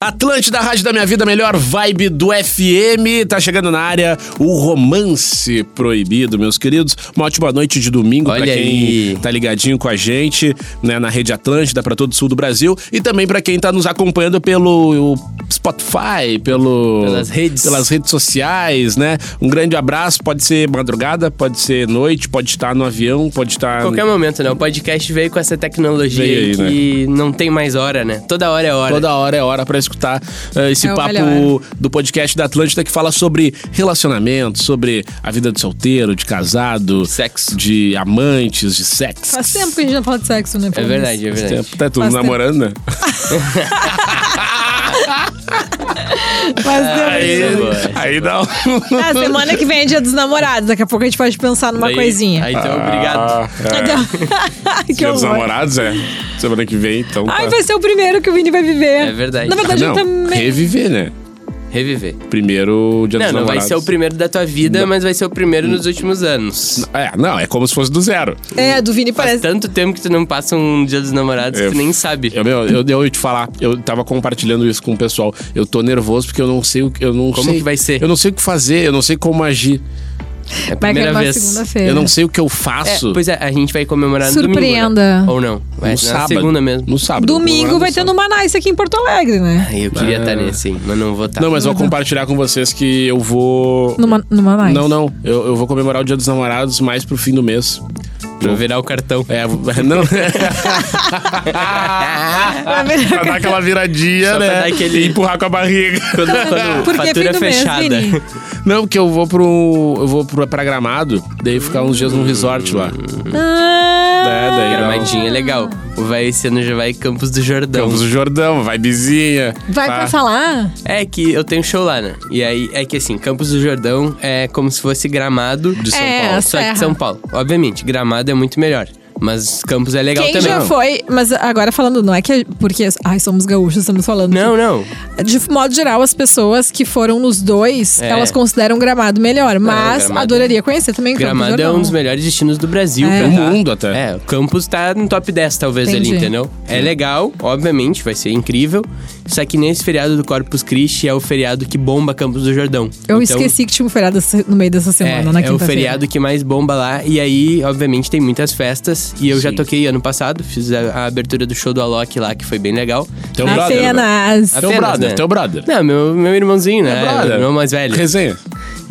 Atlântida, Rádio da Minha Vida, melhor vibe do FM. Tá chegando na área o Romance Proibido, meus queridos. Uma ótima noite de domingo pra Olha quem aí. tá ligadinho com a gente, né, na Rede Atlântida, pra todo o sul do Brasil. E também pra quem tá nos acompanhando pelo Spotify, pelo... Pelas redes. Pelas redes sociais, né? Um grande abraço. Pode ser madrugada, pode ser noite, pode estar no avião, pode estar... Qualquer momento, né? O podcast veio com essa tecnologia Veio aí, né? que não tem mais hora, né? Toda hora é hora. Toda hora é hora pra escutar eh, esse É o velho papo do podcast da Atlântida que fala sobre relacionamento, sobre a vida de solteiro, de casado, Sexo. de amantes, de sexo. Faz tempo que a gente não fala de sexo, né? É Falando verdade, é verdade. Tempo, tá tudo Faz tempo. namorando, né? nisso. Faz tempo. Aí, eu gosto. aí dá um. Ah, semana que vem é dia dos namorados. Daqui a pouco a gente pode pensar numa Aí- coisinha. Aí, então, obrigado. É. que Dia dos horror. namorados, é. Semana que vem, então. Ai, tá. vai ser o primeiro que o Vini vai viver. É verdade. Na verdade, Ah, não, eu também. reviver, né? Reviver. Primeiro dia Não, dos não vai namorados. ser o primeiro da tua vida, mas vai ser o primeiro nos últimos anos. É, não, é como se fosse do zero. É, do Vini Faz parece. tanto tempo que tu não passa um dia dos namorados É, que tu nem sabe. Eu, meu, eu, eu ia te falar, eu tava compartilhando isso com o pessoal. Eu tô nervoso porque eu não sei o que. Eu não Como sei- que vai ser? Eu não sei o que fazer, eu não sei como agir. É a Vai né? cair primeira uma vez. segunda-feira. Eu não sei o que eu É, faço. pois é, a gente vai comemorar no domingo. Surpreenda. né? Ou não. Vai no na sábado. segunda mesmo. No sábado. Domingo vai ter no. no Manaus aqui em Porto Alegre, né? Ai, eu queria estar nesse, hein, mas não vou tá. estar. Ah. Não, mas eu vou compartilhar com vocês que eu vou. No, Ma- no Manaus. Não, não. Eu, eu vou comemorar o Dia dos Namorados mais pro fim do mês. Vou virar o cartão. É, vou- não. pra dar aquela viradinha, Só pra né? dar aquele- E empurrar com a barriga. Quando, quando Porque fim fatura do mês, fechada. Vini. Não, porque eu vou pro. Eu vou pro, pra Gramado, daí ficar uns dias num resort lá. Ah, É, daí dá um- Gramadinho é legal. Vai esse ano já vai Campos do Jordão. Campos do Jordão, vai Bizinha. vai pra falar? É que eu tenho show lá, né? E aí é que assim, Campos do Jordão é como se fosse gramado de São É, Paulo. a Só que serra. de São Paulo. Obviamente, gramado é muito melhor. Mas Campos é legal Quem também. já foi, mas agora falando, não é que porque ai, somos gaúchos, estamos falando. Não, não. De modo geral, as pessoas que foram nos dois, É. elas consideram gramado melhor. Mas Gramado- é. adoraria conhecer também Campos do Gramado é Jordão. um dos melhores destinos do Brasil. É. pra Do tá. mundo até. É, o Campos tá no top 10, talvez, ali, Entendi. entendeu? É legal, obviamente, vai ser incrível. Só que nesse feriado do Corpus Christi é o feriado que bomba Campos do Jordão. Então, Eu esqueci que tinha um feriado essa- no meio dessa semana, na É, é o quinta-feira. feriado que mais bomba lá. E aí, obviamente, tem muitas festas. E eu já Sim. toquei ano passado, fiz a, a abertura do show do Alok lá, que foi bem legal. Teu brother. né? Apenas. Teu Apenas, brother, né? teu brother. Não, meu, meu irmãozinho, né? Teu É brother. Meu irmão mais velho. Resenha.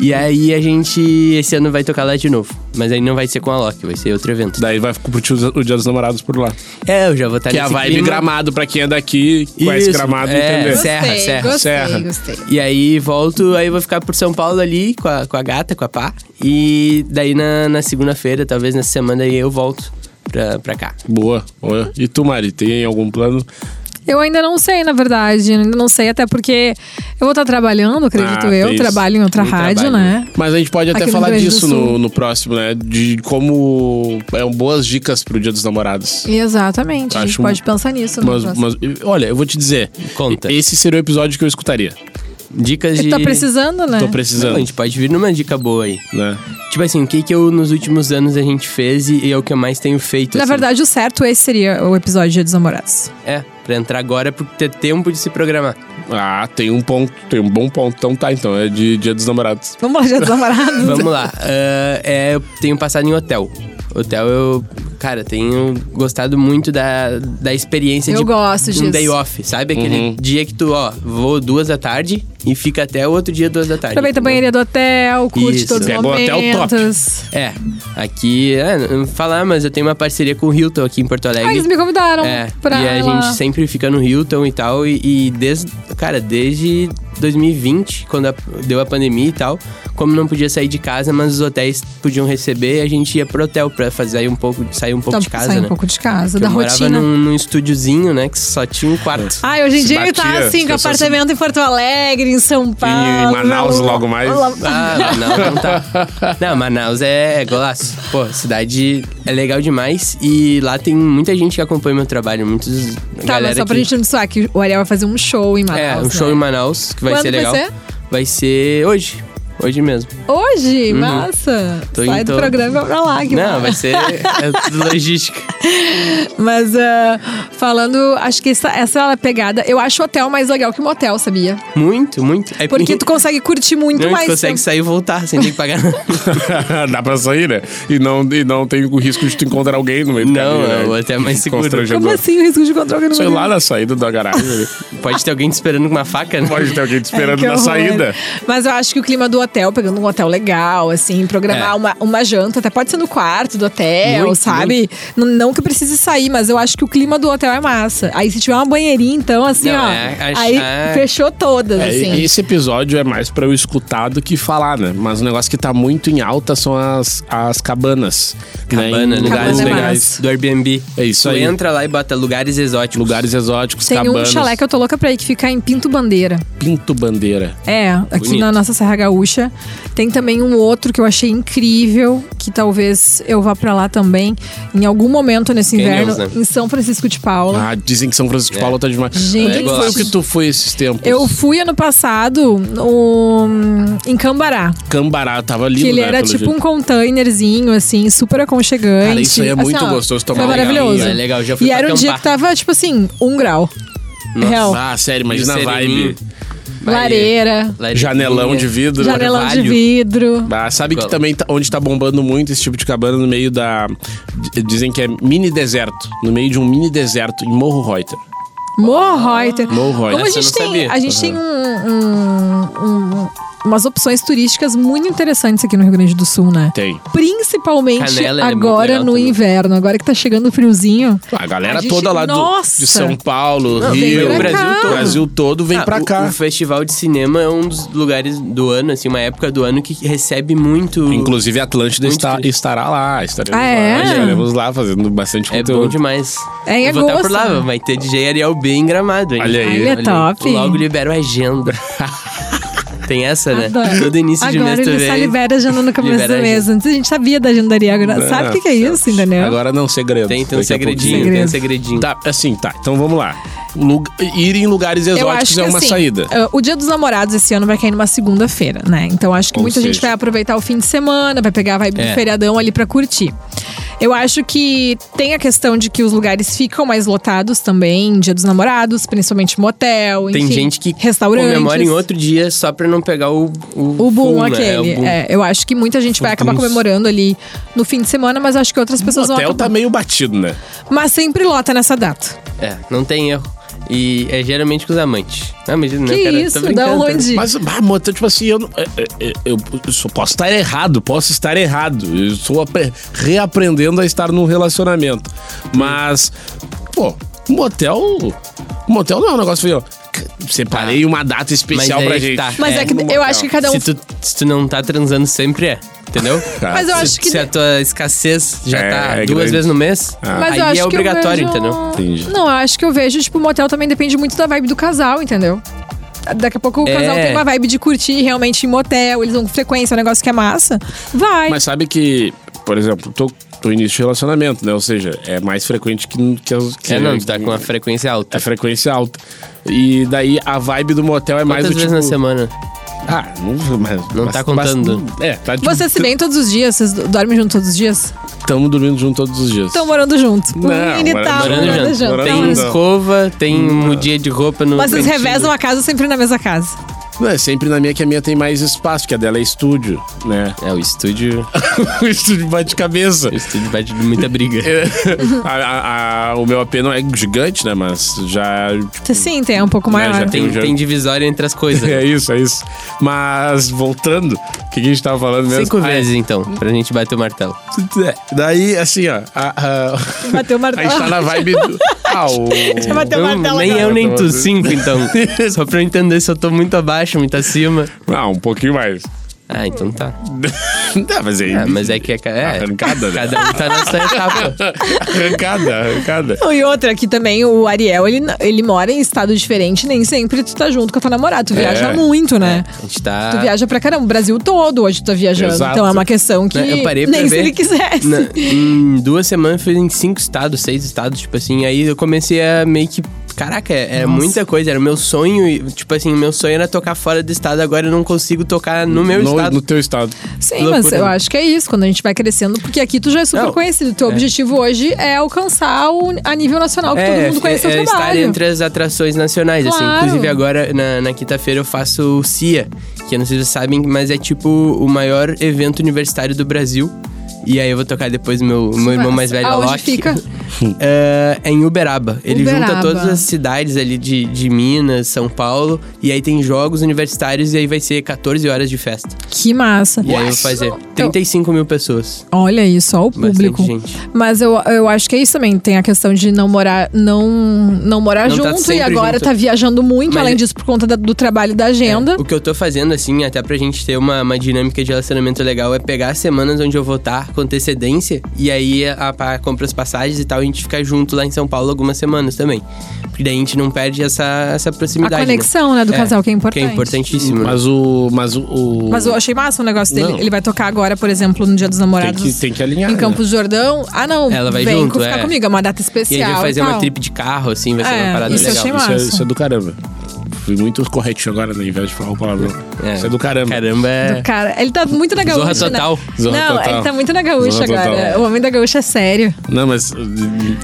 E aí a gente, esse ano vai tocar lá de novo. Mas aí não vai ser com a Loki, vai ser outro evento. Daí vai curtir os- o Dia dos Namorados por lá. É, eu já vou estar Que é a nesse vibe clima. gramado pra quem é daqui, conhece Isso, gramado, é, entendeu? certo. Serra, gostei, Serra, gostei, Serra. gostei. E aí volto, aí vou ficar por São Paulo ali com a, com a gata, com a pá. E daí na, na segunda-feira, talvez nessa semana aí eu volto pra, pra cá. Boa, boa. E tu, Mari, tem algum plano? Eu ainda não sei, na verdade. Ainda não sei, até porque eu vou estar trabalhando, acredito Ah, tem eu. isso. Trabalho em outra Muito rádio, Um trabalho. né? Mas a gente pode até Aqui no falar Rio Grande do disso no, Sul. no próximo, né? De como é, boas dicas pro Dia dos Namorados. Exatamente. a Acho gente um- pode pensar nisso. né, no Mas, próximo. mas, olha, eu vou te dizer. Conta. Esse seria o episódio que eu escutaria. Dicas de. Tá precisando, né? Tô Não, a precisando, gente pode vir numa dica boa aí. né? Tipo assim, o que que eu nos últimos anos a gente fez e e é o que eu mais tenho feito. Na assim. verdade, o certo esse seria o episódio de Dia dos Namorados. É, pra entrar agora, pra ter tempo de se programar. Ah, tem um ponto, tem um bom ponto. Então tá, então. É de Dia dos Namorados. Vamos lá, Dia dos Namorados? Vamos lá. Ah, é, eu tenho passado em hotel. Hotel eu. Cara, tenho gostado muito da, da experiência Eu de gosto de um disso. day off, sabe? Aquele dia que tu, ó, vou duas da tarde e fica até o outro dia duas da tarde. Aproveita a entendeu? banheira do hotel, curte Isso. todos os Pegou o hotel top. momentos. É, aqui, é, não vou falar, mas eu tenho uma parceria com o Hilton aqui em Porto Alegre. Ah, eles me convidaram É, pra e a lá. gente sempre fica no Hilton e tal. E, e desde, cara, desde 2020, quando a- deu a pandemia e tal, como não podia sair de casa, mas os hotéis podiam receber, a gente ia pro hotel pra fazer aí um pouco, sair um pouco Então, de casa, sai né? um pouco de casa, Que da eu morava rotina. num, num estúdiozinho, né, que só tinha um quarto. Ai, hoje em Se dia ele batia, tá assim, com as pessoas se- apartamento em Porto Alegre, em São Paulo. Tá, Manaus logo mais. Ah, Manaus não tá. Não, Manaus é é golaço. Pô, cidade é legal demais e lá tem muita gente que acompanha meu trabalho, muitos Tá, galera mas só pra que... gente não suar que o Ariel vai fazer um show em Manaus. É, um show né? em Manaus, que vai Quando ser vai legal. ser? vai ser hoje. Hoje mesmo. Hoje? Massa! Uhum. Tô Sai em do to- programa e vai pra lá. que Não, massa. vai ser é tudo logística. Mas ah, falando, acho que essa, essa é a pegada. Eu acho o hotel mais legal que o motel, sabia? Muito, muito. É Porque tu consegue curtir muito não, mais. tu consegue sair e voltar sem ter que pagar. Dá pra sair, né? E não, e não tem o risco de tu encontrar alguém no meio do Não, caminho, né? não, é até mais seguro. Como Constrangedor. assim o risco de controle no Sei motel? lá na saída da garagem. né? Pode ter alguém te esperando com uma faca, né? Pode ter alguém te É, esperando que na horror. saída. Mas eu acho que o clima do hotel, pegando um hotel legal, assim, programar É. uma, uma janta, até pode ser no quarto do hotel, Muito, sabe? N- Não que precise sair, mas eu acho que o clima do hotel é massa. Aí se tiver uma banheirinha, então, assim, Não, ó. é, acho- aí é. fechou todas, É, assim. e esse episódio é mais pra eu escutar do que falar, né? Mas o negócio que tá muito em alta são as, as cabanas. Cabana, né? Em lugares lugares Cabana é legais. massa. do Airbnb. É isso aí. Tu entra lá e bota lugares exóticos. Lugares exóticos, Tem um cabanas. chalé que eu tô louca pra ir que fica em Pinto Bandeira. Pinto Bandeira. É, aqui Bonito. na nossa Serra Gaúcha. Tem também um outro que eu achei incrível, que talvez eu vá pra lá também em algum momento nesse inverno, Canyons, né? em São Francisco de Paula. Ah, dizem que São Francisco de Paula tá demais. Gente. Onde é que foi o que tu foi esses tempos? Eu fui ano passado no- em Cambará, Cambará, tava lindo, que ele né, era pelo tipo jeito. um containerzinho, assim, super aconchegante. Assim, Cara, isso aí é muito gostoso tomar Foi um maravilhoso. vinho, é legal, já fui e pra era um dia acampar. que tava, tipo assim, um grau. Real. Ah, sério, imagina a um vibe. Vai- Lareira, Lareira. Janelão de vidro. janelão de Carvalho. vidro. Ah, sabe que Cola. também tá- onde tá bombando muito esse tipo de cabana no meio da. d- Dizem que é mini deserto. No meio de um mini deserto em Morro Reuter. Morreuter. Morreuter. Como a Essa eu gente não tem, sabia. a Uhum. gente tem um- um- um- umas opções turísticas muito interessantes aqui no Rio Grande do Sul, né? Tem. Principalmente Canela é muito agora legal no também. inverno, agora que tá chegando o friozinho. A galera A gente- toda lá do, Nossa! de São Paulo, Não, vem Rio, pra cá. todo. Brasil todo vem Ah, pra o- cá. O, festival de cinema é um dos lugares do ano, assim, uma época do ano que recebe muito. Inclusive, Atlântida Muito está, triste. estará lá. Estaremos, Ah, lá é? estaremos lá fazendo bastante É conteúdo. bom demais. É em Eu Vou estar por agosto. lá, vai ter DJ Ariel B em gramado. hein? Olha aí. Ele é top. Logo libera a agenda. Tem essa, né? Adoro. Todo início de mês Agora ele também. só libera a agenda no começo Libera do a mês. Antes a gente sabia da agendaria. Agora Ah, sabe o que, que é isso, entendeu? Agora não, segredo. Tem, tem um Daqui a pouco- segredinho, tem um segredinho. Tá, assim, tá. Então vamos lá. Lu- ir em lugares exóticos é uma assim, saída. eh, O Dia dos Namorados esse ano vai cair numa segunda-feira, né? Então acho que Ou muita gente seja- vai aproveitar o fim de semana, vai pegar a vibe do É. feriadão ali pra curtir. Eu acho que tem a questão de que os lugares ficam mais lotados também, Dia dos Namorados, principalmente motel, Tem enfim, gente que restaurantes. comemora em outro dia só pra não pegar o. O, O boom full, né? É, aquele. o boom. É, eu acho que muita gente vai acabar Fortuns. comemorando ali no fim de semana, mas acho que outras O pessoas hotel vão. tá acabar- meio batido, né? Mas sempre lota nessa data. É, não tem erro. E é geralmente com os amantes. Não, mas não, que cara, isso, tô da brincando, tô onde? Mas, ah, amor, então, tipo assim, eu, não- é, é, é, eu, eu só posso estar errado, posso estar errado. Eu estou apre- reaprendendo a estar num relacionamento. Mas, pô, motel. Motel não é um negócio feio. Separei uma data especial Ah, Mas aí pra que gente. tá. Mas É, é, que no eu motel. acho que cada um. Se tu, se tu não tá transando sempre é, entendeu? Mas eu Se- acho que Se a tua escassez já Ah, É, tá é duas grande. Ah. vezes no mês, Mas aí eu acho é que obrigatório, eu vejo... entendeu? Entendi. Não, eu acho que eu vejo, tipo, motel também depende muito da vibe do casal, entendeu? Daqui a pouco o É. casal tem uma vibe de curtir realmente em motel, eles vão com frequência, é um negócio que é massa. Vai. Mas sabe que, por exemplo, tô, tô início de relacionamento, né? Ou seja, é mais frequente que, que, as- que É, não, tu tá com uma frequência alta. é frequência alta. E daí a vibe do motel é mais Quantas do vezes tipo... na semana? Ah, não, mas, Não mas- tá contando. mas- é, tá tipo, Vocês se veem todos os dias? Vocês do- dormem junto todos os dias? Tamo dormindo junto todos os dias. Estão morando junto. Não, o menino morando tá junto. morando, Morando junto. junto. Uhum. tá Tem Não. morando junto. escova, tem um dia de roupa no. Mas vocês vestido. revezam a casa sempre na mesma casa. Não, é sempre na minha que a minha tem mais espaço, que a dela é estúdio, né? É, o estúdio. o estúdio bate cabeça. É, O estúdio vai de muita briga. A- a- a- o meu AP não é gigante, né? Mas já. tipo, Sim, tem, é um pouco Mas já maior. tem- Né, Tem, tem divisória entre as coisas. é isso, é isso. Mas voltando, o que, que a gente tava falando mesmo? Cinco Ah, é. vezes, então, pra gente bater o martelo. É, Daí, assim, ó. A, a, Bateu o a gente tá martelo. na vibe do. Ah, o. Bateu o Não, martelo nem agora. eu, nem tu. Tomando. Cinco, então. Só pra eu entender se eu tô muito abaixo, muito acima. Ah, um pouquinho mais. Ah, então tá. Não, mas aí. Ah, mas é que é. ca- é Uhum. Arrancada, né? Cada um tá na sua etapa. Arrancada, arrancada. Não, E outra, que também o Ariel, ele, ele mora em estado diferente, nem sempre tu tá junto com a tua namorada. É. Tu viaja muito, né? A gente tá. Tu viaja pra caramba, o Brasil todo hoje tu tá viajando. Exato. Então é uma questão que Não, né, eu parei pra nem se ver. Né, ele quisesse. Na- em duas semanas eu fui em cinco estados, seis estados, tipo assim. Aí eu comecei a meio que Caraca, era muita coisa, era o meu sonho. e, Tipo assim, meu sonho era tocar fora do estado, agora eu não consigo tocar no meu no, estado. no teu estado. Sim, mas Loucura. né? eu acho que é isso, quando a gente vai crescendo, porque aqui tu já é super Não, conhecido. Teu é. objetivo hoje é alcançar o, a nível nacional, que todo mundo conhece é, o é estar trabalho. entre as atrações nacionais, assim. Claro. Inclusive, agora, na, na quinta-feira, eu faço o CIA, que eu não sei se vocês sabem, mas é tipo o maior evento universitário do Brasil. E aí eu vou tocar depois meu, meu irmão mais velho, Ah, onde Alok. fica? É, é em Uberaba. Ele Uberaba. junta todas as cidades ali de, de Minas, São Paulo. E aí tem jogos universitários e aí vai ser 14 horas de festa. Que massa. E aí eu vou fazer 35 mil pessoas. Olha aí, só o Bastante público. gente. Mas eu, eu acho que é isso também. Tem a questão de não morar, não, não morar Não tá junto e sempre agora junto. tá viajando muito, Mas além é- disso, por conta da- do trabalho e da agenda. O que eu tô fazendo, assim, até pra gente ter uma, uma dinâmica de relacionamento legal, é pegar as semanas onde eu vou estar com antecedência e aí a, a, compra as passagens e tal, a gente fica junto lá em São Paulo algumas semanas também. Porque daí a gente não perde essa, essa a proximidade. conexão, né, do É, casal, que é Que importante. é importantíssimo. né? Mas o. Mas o. o- Mas eu achei massa o negócio dele. Não. Ele vai tocar agora, por exemplo, no Dia dos tem, Namorados. que, tem que alinhar. Em né? Campos do Jordão. Ah, não. Ela vai vem junto, é. ficar comigo. É uma data E especial. aí a gente vai fazer e uma tal. trip de carro, assim, vai ser É, uma parada isso eu legal. achei Isso é, massa. isso é do caramba. Fui muito corretinho agora, né? Ao invés de falar o palavrão. É. Isso é do caramba. Caramba, é. Do cara. Ele tá muito na gaúcha. Zorra né? total. Zorra não, total. ele tá muito na gaúcha Zorra agora. total. O homem da gaúcha é sério. Não, mas uh,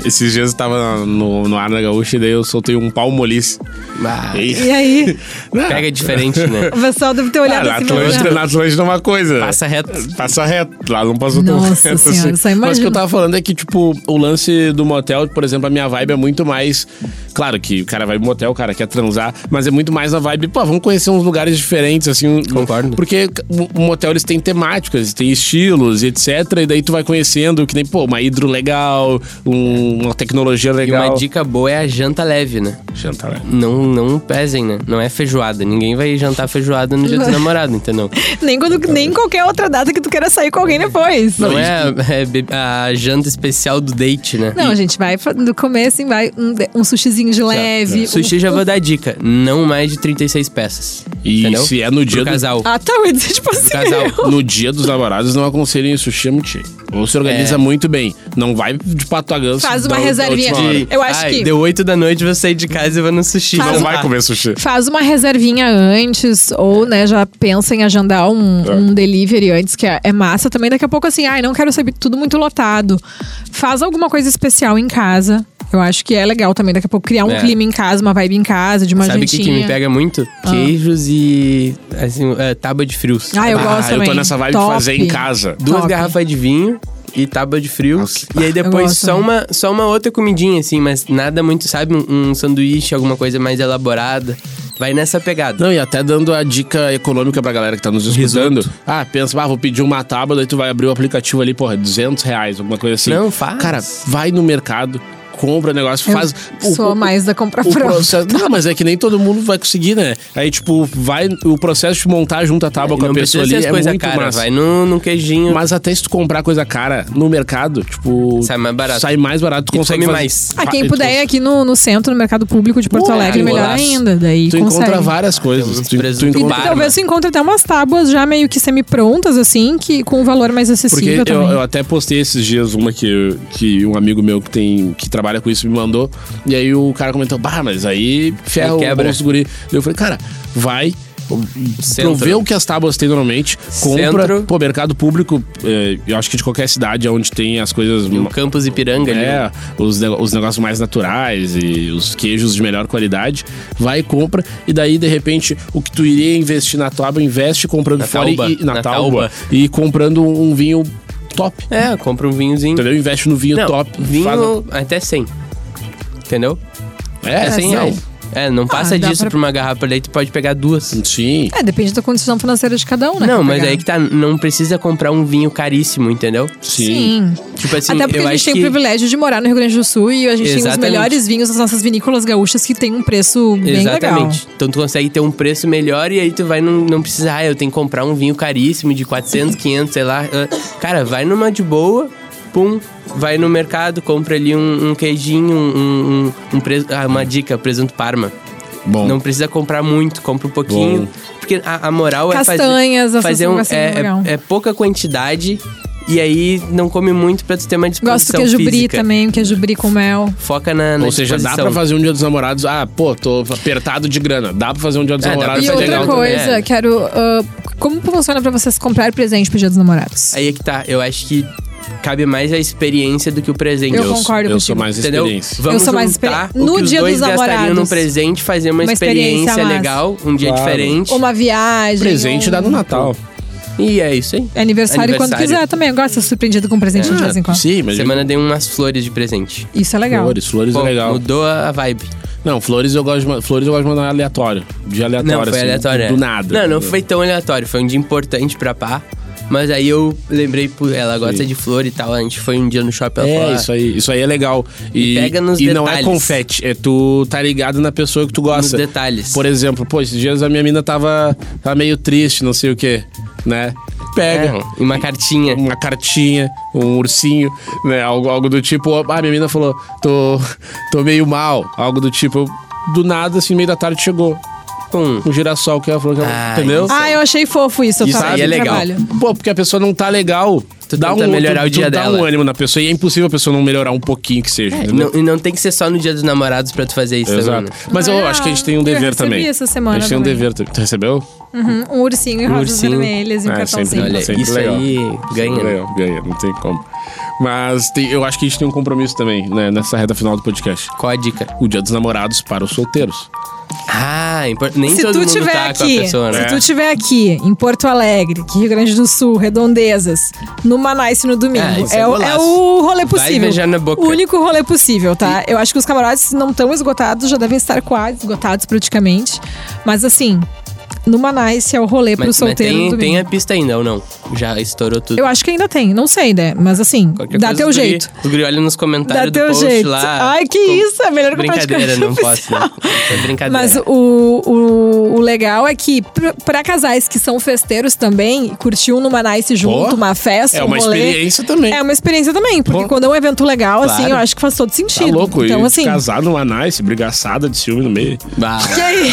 esses dias eu tava no, no ar na gaúcha e daí eu soltei um palmolice. Ah, E aí? Não, Pega diferente, né? O pessoal deve ter olhado ah, assim. na Atlântida, meu na Deus. Atlântida é uma coisa. Passa reto. Passa reto. Lá não passou tão Nossa reto senhora, assim. só Mas o que imagina. eu tava falando é que, tipo, o lance do motel, por exemplo, a minha vibe é muito mais. Claro que o cara vai pro motel, o cara quer transar, mas é muito mais a vibe, pô, vamos conhecer uns lugares diferentes, assim. Concordo. Porque o o motel eles têm temáticas, eles têm estilos, etc. E daí tu vai conhecendo que nem, pô, uma hidro legal, um- uma tecnologia E legal. uma dica boa é a janta leve, né? Jantar, né? Não, não pesem, né? Não é feijoada. Ninguém vai jantar feijoada no dia do namorado, entendeu? Nem, quando, nem qualquer outra data que tu queira sair com alguém depois. Não é, a- é be- a janta especial do date, né? Não, a gente vai fa- do começo, hein, vai um, de- um sushizinho de leve. Sushi um- já vou dar dica. Não mais de 36 peças. E entendeu? se é no dia Pro do- casal. Ah, tá, eu ia dizer, tipo assim. casal. meu. No dia dos namorados, não aconselhem sushi é muito cheio. Ou se organiza É. muito bem. Não vai de pato a ganso. Faz uma da- da reservinha. última hora. Eu acho Ai, que- Deu 8 da noite, vou sair de casa e vou no sushi. Faz Não um- vai comer sushi. Faz uma reservinha antes, ou, né, já pensa em agendar um, É. um delivery antes, que é, é massa também. Daqui a pouco, assim, ai, não quero saber tudo muito lotado. Faz alguma coisa especial em casa. Eu acho que é legal também, daqui a pouco, criar um É. clima em casa, uma vibe em casa, de uma Sabe o que, jantinha. que me pega muito? Queijos e assim, é, tábua de frios. Ah, eu Ah, gosto eu tô também. nessa vibe Top. de fazer em casa. Duas Top. garrafas de vinho e tábua de frios. E aí depois gosto só também. uma, só uma outra comidinha, assim, mas nada muito, sabe? Um, um sanduíche, alguma coisa mais elaborada. Vai nessa pegada. Não, e até dando a dica econômica pra galera que tá nos escutando. Ah, pensa, ah, vou pedir uma tábua, daí tu vai abrir o aplicativo ali, porra, 200 reais, alguma coisa assim. Não, faz. Cara, vai no mercado, compra o negócio, Eu faz... sou mais da compra o pronta. processo- Não, mas é que nem todo mundo vai conseguir, né? Aí, tipo, vai o processo de montar junto a tábua com a não pessoa precisa ali ser as é coisas muito cara, massa. vai num, num queijinho. Mas até se tu comprar coisa cara no mercado, tipo. Sai mais barato. Sai mais barato, tu E consegue. come fazer- mais. Ah, quem Fa- puder ir tu- aqui no, no centro, no mercado público de Porto Pô, Alegre, é, melhor golaço. ainda. Daí Tu consegue. encontra várias Ah, Tem coisas. uns Tu, tu presunto E encontra. bar. talvez você encontre até umas tábuas já meio que semi-prontas, assim, que com um valor mais Porque acessível eu, também. eu até postei esses dias uma que, que um amigo meu que tem que trabalha com isso me mandou. E aí o cara comentou: Bah, mas aí ferra Aí o quebra." bolso do guri. Eu falei, cara, vai. Centro. Provê o que as tábuas têm normalmente, compra. Centro. Pô, mercado público, eh, eu acho que de qualquer cidade é onde tem as coisas O um Campos Ipiranga ali. né? É, os, nego- os negócios mais naturais e os queijos de melhor qualidade. Vai e compra. E daí, de repente, o que tu iria investir na tábua, investe comprando Na fora tauba. e na, Na tábua, tauba. E comprando um vinho top. É, compra um vinhozinho. Entendeu? Investe no vinho Não, top. vinho até 100. Entendeu? faz- É, É 100 não. reais. É, não passa Ah, dá disso pra- pra uma garrafa daí, tu pode pegar duas. Sim. É, depende da condição financeira de cada um, né? Não, pra mas pegar. aí que tá, não precisa comprar um vinho caríssimo, entendeu? Sim. Tipo assim, Até porque eu a gente acho tem o que... privilégio de morar no Rio Grande do Sul e a gente tem os Exatamente. melhores vinhos das nossas vinícolas gaúchas que tem um preço bem legal. Exatamente. Então tu consegue ter um preço melhor e aí tu vai não, não precisa, ah, eu tenho que comprar um vinho caríssimo de 400, 500, sei lá. Ah, Cara, vai numa de boa, pum, vai no mercado, compra ali um, um queijinho, um, um, um, um pres- ah, uma dica, presunto parma. Bom. Não precisa comprar muito, compra um pouquinho. Bom. Porque a, a moral é fazer- Castanhas, essas fazer, um, coisas assim, é, legal. é, é pouca quantidade E aí não come muito pra tu ter uma disposição Gosto do queijo brie física. também, um queijo brie com mel. Foca na, na Ou seja, dá disposição. pra fazer um dia dos namorados. Ah, pô, tô apertado de grana. Dá pra fazer um dia dos É, dá pra namorados. E ser tá outra legal. também. É. coisa, quero. ah, como funciona pra vocês comprar presente pro Dia dos Namorados? Aí é que tá. Eu acho que cabe mais a experiência do que o presente. Eu concordo Eu sou contigo. mais Entendeu? experiência. Vamos Eu sou mais juntar experi- o No que os Dia dois dos gastariam no Namorados. presente, fazer uma, Uma experiência experiência, massa. legal, um dia Claro. diferente. Uma viagem. Presente um... dá no Natal. E é isso aí. Aniversário, quando Aniversário. Ah, quiser também. Eu gosto de ser surpreendido com um presente de vez em quando. Sim, mas Semana dei umas flores de presente. Isso é legal. flores, flores Pô, é legal. Mudou a vibe. Não, flores eu gosto de, ma- flores eu gosto de mandar aleatório. De aleatório, Não, foi assim, aleatório. Do é. nada. Não, não foi tão aleatório. Foi um dia importante pra pá. Mas aí eu lembrei, pô, ela gosta Sim. de flor e tal. A gente foi um dia no shopping. ela falou, É, "Ah, isso aí. Isso aí é legal. E, E pega nos e não é detalhes. confete, é tu tá ligado na pessoa que tu Nos gosta. detalhes. Por exemplo, pô, esses dias a minha mina tava, tava meio triste, não sei o quê, né? Pega. É, e uma cartinha. Uma cartinha, um ursinho, né? Algo, algo do tipo. Ah, minha mina falou, tô, tô meio mal. Algo do tipo. Do nada, assim, meio da tarde chegou. Pum. Um girassol que ela falou que ela. Ah, entendeu? isso. Ah, eu achei fofo isso. Eu Isso tava aí no é legal. um Trabalho. Pô, porque a pessoa não tá legal. Tu tenta melhorar tu- o dia tu Dá um dela. ânimo na pessoa e é impossível a pessoa não melhorar um pouquinho que seja. É, entendeu? não- e não tem que ser só no dia dos namorados pra tu fazer isso também. Exato. né? Mas eu Ah, acho que a gente tem eu um dever recebi também. essa semana a gente tem um também. dever também. Tu recebeu? Uhum, Um ursinho e Um rosas ursinho. vermelhas e um É, cartãozinho. Olha, sempre isso legal. aí ganha, Sempre né? legal, ganha, não tem como. Mas tem- eu acho que a gente tem um compromisso também, né, nessa reta final do podcast. Qual a dica? O Dia dos Namorados para os solteiros. Ah, impor- nem se todo tu mundo tiver tá com a aqui, pessoa, se né? tu tiver aqui em Porto Alegre, que Rio Grande do Sul, Redondezas, numa Nice no É, domingo, isso é, é o, golaço. é o rolê Vai possível. beijar na boca. O único rolê possível, tá? Eu acho que os camaradas se não estão esgotados, já devem estar quase esgotados praticamente, mas assim, numa Nice é o rolê pro Mas, mas solteiro no tem, domingo. tem a pista ainda ou não? Já estourou tudo. Eu acho que ainda tem, não sei, né? Mas assim, Qualquer dá coisa, teu os guri- jeito. Os guri olham nos Dá comentários do teu post jeito. lá. Ai, que Com- isso, é melhor que eu Brincadeira, praticar não posso, né? É brincadeira. Mas o, o, o legal é que pr- pra casais que são festeiros também, curtir um numa nice junto, Pô, uma festa, é um uma rolê, experiência também. É uma experiência também, porque Pô. quando é um evento legal, assim, Claro. eu acho que faz todo sentido. Tá louco? então, e assim, casar numa nice, brigaçada de ciúme no meio. Bah, que aí?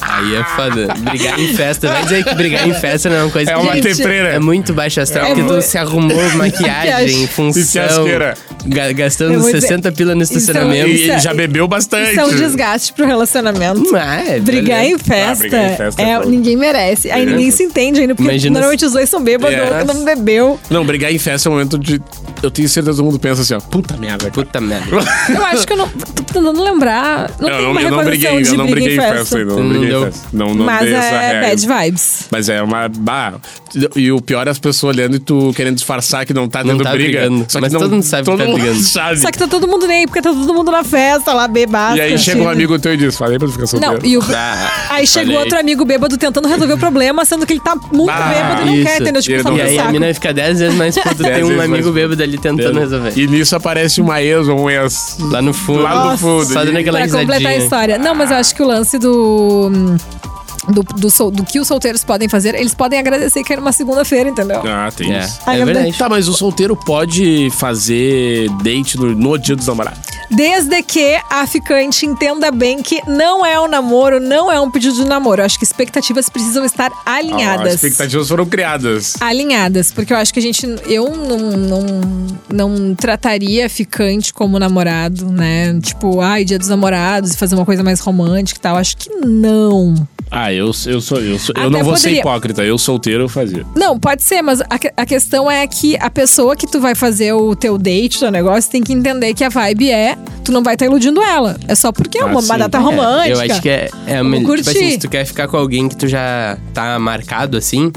aí é foda. Brigar em festa. Vai dizer que brigar em festa não é uma coisa É que- uma Gente, tepreira. É muito baixo astral, É porque mu- tu se arrumou maquiagem, Maquiagem. E função, fiasqueira. ga- Eu gastando vou dizer- 60 pila no Isso é um- estacionamento. E, Isso é- e já bebeu bastante. Isso é um desgaste pro relacionamento. Ah, é, Brigar beleza. em festa, brigar em festa é é, foda. ninguém merece. Aí ninguém se entende ainda, porque Imagina se- normalmente os dois são bêbados, É. ou não bebeu. Não, brigar em festa é um momento de. Eu tenho certeza que todo mundo pensa assim, ó. Puta merda. cara. Puta merda. Eu acho que eu não. Tô tentando lembrar. eu Não tem uma não, eu não recordação briguei, de eu não briga briguei em festa ainda. Não Não briguei em deu. festa. Não, não Mas dei essa é regra. bad vibes. Mas é uma. bah, e o pior é as pessoas olhando e tu querendo disfarçar que não tá Não dando tá briga. brigando. Só que Mas não, todo mundo sabe que todo tá mundo brigando. sabe. Só que tá todo mundo nem aí, porque tá todo mundo na festa lá, bebado. E aí chega um amigo teu e diz: Falei pra tu ficar Não, solteiro. e o... aí Ah, chega o falei. outro amigo bêbado tentando resolver o problema, sendo que ele tá muito Ah, bêbado e não quer, isso. entendeu? Tipo, Eu tá não- um E aí a saco. mina fica 10 vezes mais puta. Dez Tem vezes um mais amigo puta. bêbado ali tentando resolver. E nisso aparece uma ex ou um ex. Lá no fundo. Lá no Nossa. fundo. Só dando aquela Pra É, completar a risadinha. história. Não, mas eu acho que o lance do... Do, do, sol- do que os solteiros podem fazer, eles podem agradecer que era uma segunda-feira, entendeu? Ah, tem É, isso. Ai, é eu verdade. Tá, mas o solteiro pode fazer date no, no dia dos namorados. Desde que a ficante entenda bem que não é um namoro, não é um pedido de namoro. Eu acho que expectativas precisam estar Ah, alinhadas. as expectativas foram criadas. alinhadas, porque eu acho que a gente eu não, não, não trataria ficante como namorado, né? Tipo, ai, dia dos namorados, fazer uma coisa mais romântica e tal. Acho que não. Ah, eu, eu sou. Eu, sou, eu Até não vou ser poderia. hipócrita. Eu solteiro eu fazia. Não, pode ser, mas a, que- a questão é que a pessoa que tu vai fazer o teu date, teu negócio, tem que entender que a vibe é, tu não vai estar iludindo ela. É só porque é Ah, uma, uma sim. data É, romântica. Eu acho que é, é a Vamos melhor. Tipo curtir. assim, se tu quer ficar com alguém que tu já tá marcado assim,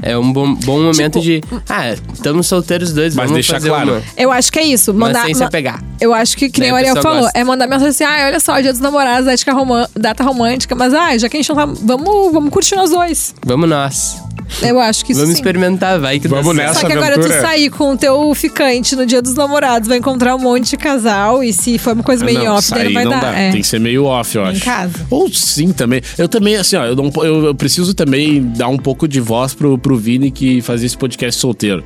é um bom, bom momento Tipo, de. Ah, estamos solteiros dois, Mas vamos deixar fazer claro. uma. Eu acho que é isso. Mas Mandar, sem se ma- apegar. Eu acho que, que nem Daí o a Ariel pessoa falou, gosta. é mandar mensagem assim, ah, olha só, dia dos namorados, ética romã- data romântica, mas ah, já que a gente não tá, vamos, vamos curtir nós dois. Vamos nós. Eu acho que isso vamos sim. experimentar, vai que dá Vamos certo. nessa. Só que agora aventura. tu sair com o teu ficante no dia dos namorados, vai encontrar um monte de casal e se for uma coisa meio Ah, não, off, daí não sair vai não dar. dá. É. Tem que ser meio off, eu Em acho. casa. Ou sim também. Eu também, assim, ó, eu, não, po- eu, eu preciso também dar um pouco de voz pro, pro Vini que fazia esse podcast solteiro.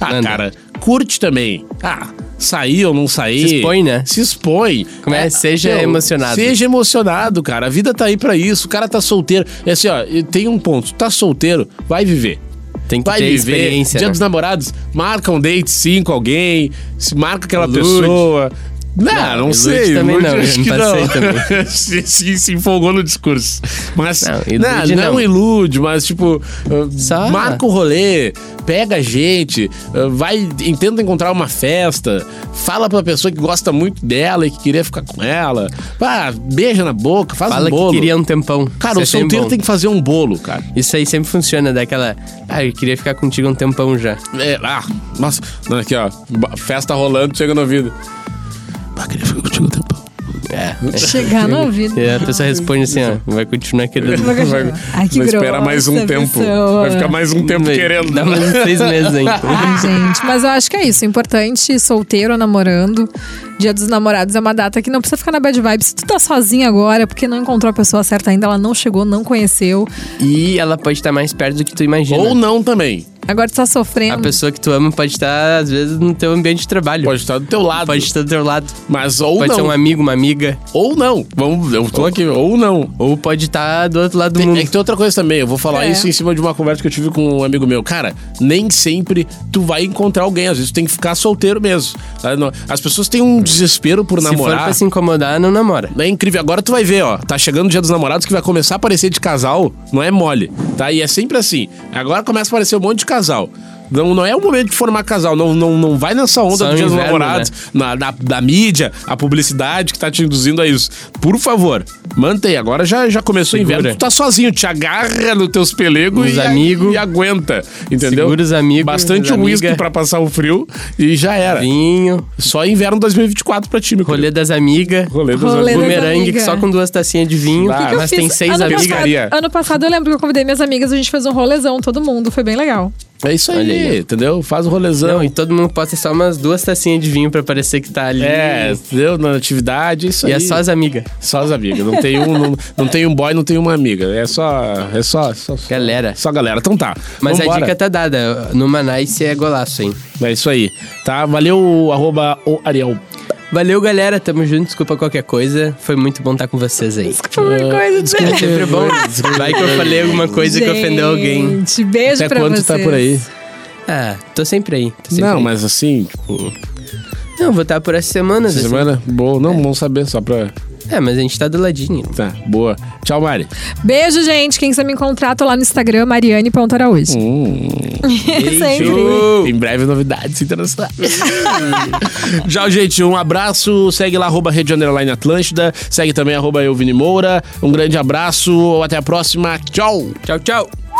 Ah, Manda. cara, curte também. Ah, sair ou não sair. Se expõe, né? Se expõe. Ah, Como é? Seja emocionado. Seja emocionado, cara. A vida tá aí pra isso. O cara tá solteiro. É assim, ó, e tem um ponto. Tá solteiro, vai viver. Tem que Vai ter viver. experiência. Dia né? dos namorados, marca um date sim com alguém, se marca aquela Ilude. pessoa. Não, não, ilude sei. também ilude não, eu acho não que passei não. se, se, se empolgou no discurso. Mas Não, não, ilude não não. ilude, mas tipo, uh, Só- marca o rolê, pega gente, uh, vai, tenta encontrar uma festa, fala pra pessoa que gosta muito dela e que queria ficar com ela. Pá, beija na boca, faz Fala um bolo. que queria um tempão. Cara, o Isso é sempre solteiro bom. tem que fazer um bolo, cara. Isso aí sempre funciona, daquela. Ah, eu queria ficar contigo um tempão já. É, ah, nossa. Não, aqui, ó. Ba- Festa rolando, chega no ouvido. Ah, queria ficar contigo um tempão. Chegar no ouvido. É. E É. a pessoa responde assim, ó, vai continuar querendo. Nunca chegou. Ai, que Vai esperar grossa mais um tempo. pessoa. Vai ficar mais um tempo Vai, querendo. Dá mais uns seis meses ainda. Ah, gente, mas eu acho que é isso. O importante, solteiro ou namorando. Dia dos namorados é uma data que não precisa ficar na bad vibe. Se tu tá sozinha agora, porque não encontrou a pessoa certa ainda, ela não chegou, não conheceu. E ela pode estar mais perto do que tu imagina. Ou não também. Agora tu tá A sofrendo. pessoa que tu ama pode estar, às vezes, no teu ambiente de trabalho. Pode estar do teu lado. Pode estar do teu lado. Mas ou pode ser não. um amigo, uma amiga. Ou não. Vamos, eu tô aqui. Ou não. Ou pode estar do outro lado do Tem, mundo. é que tem outra coisa também, eu vou falar É. isso em cima de uma conversa que eu tive com um amigo meu. Cara, nem sempre tu vai encontrar alguém, às vezes tu tem que ficar solteiro mesmo. tá? Não- As pessoas têm um desespero por Se for namorar. pra se incomodar, não namora. É incrível. Agora tu vai ver, ó. Tá chegando o dia dos namorados que vai começar a aparecer de casal. Não é mole, tá? E é sempre assim. Agora começa a aparecer um monte de casal. Não, não é o momento de formar casal. Não, não, não vai nessa onda Só do dia dos inverno, né? namorados. Na, da, da mídia, a publicidade que tá te induzindo a isso. Por favor, mantém. Agora já, já começou o inverno. Segura. Tu tá sozinho. Te agarra nos teus pelegos Nos e, a- amigo. e aguenta. Entendeu? Segura os amigos, Bastante as uísque amiga. pra passar o frio e já era. Vinho, Só inverno 2024 pra ti, meu rolê das amigas. Rolê das Rolê amigas. das Bumerangue, amigas. que só com duas tacinhas de vinho. Ah, que eu mas fiz tem seis ano amigos. Passado, Micaria. ano passado eu lembro que eu convidei minhas amigas, a gente fez um rolezão, todo mundo, foi bem legal. É isso aí, Olha aí, ó. entendeu? Faz o rolezão. Não, e todo mundo posta só umas duas tacinhas de vinho pra parecer que tá ali. É, entendeu? Na atividade, isso aí. E é só as amigas. Só as amigas. Não tem um, não, não tem um boy, não tem uma amiga. É só. É só. só só- Galera. Só galera. Então tá. Mas a Vambora. dica tá dada. Numa Nice é golaço, hein? É isso aí. Tá? Valeu, arroba o Ariel. Valeu, galera. Tamo junto. Desculpa qualquer coisa. Foi muito bom estar com vocês aí. Foi Ah, uma coisa É de sempre bom. Vai que eu falei alguma coisa que ofendeu alguém. Gente, beijo Até pra quando vocês. tu tá por aí? Ah, tô sempre aí. tô sempre não, aí. mas assim, tipo, Não, vou estar por essa semana. essa assim. semana, boa. Não, bom saber, só pra. É, mas a gente tá do ladinho. Tá, boa. Tchau, Mari. Beijo, gente. Quem quiser me encontrar, tô lá no Instagram, Mariane.araújo. Hum. Sempre. Beijo. Em breve, novidades internacionais. Tchau, gente. Um abraço. Segue lá, arroba Rede Underline Atlântida. Segue também, arroba eu, Vini Moura. Um grande abraço. Até a próxima. Tchau. Tchau, tchau.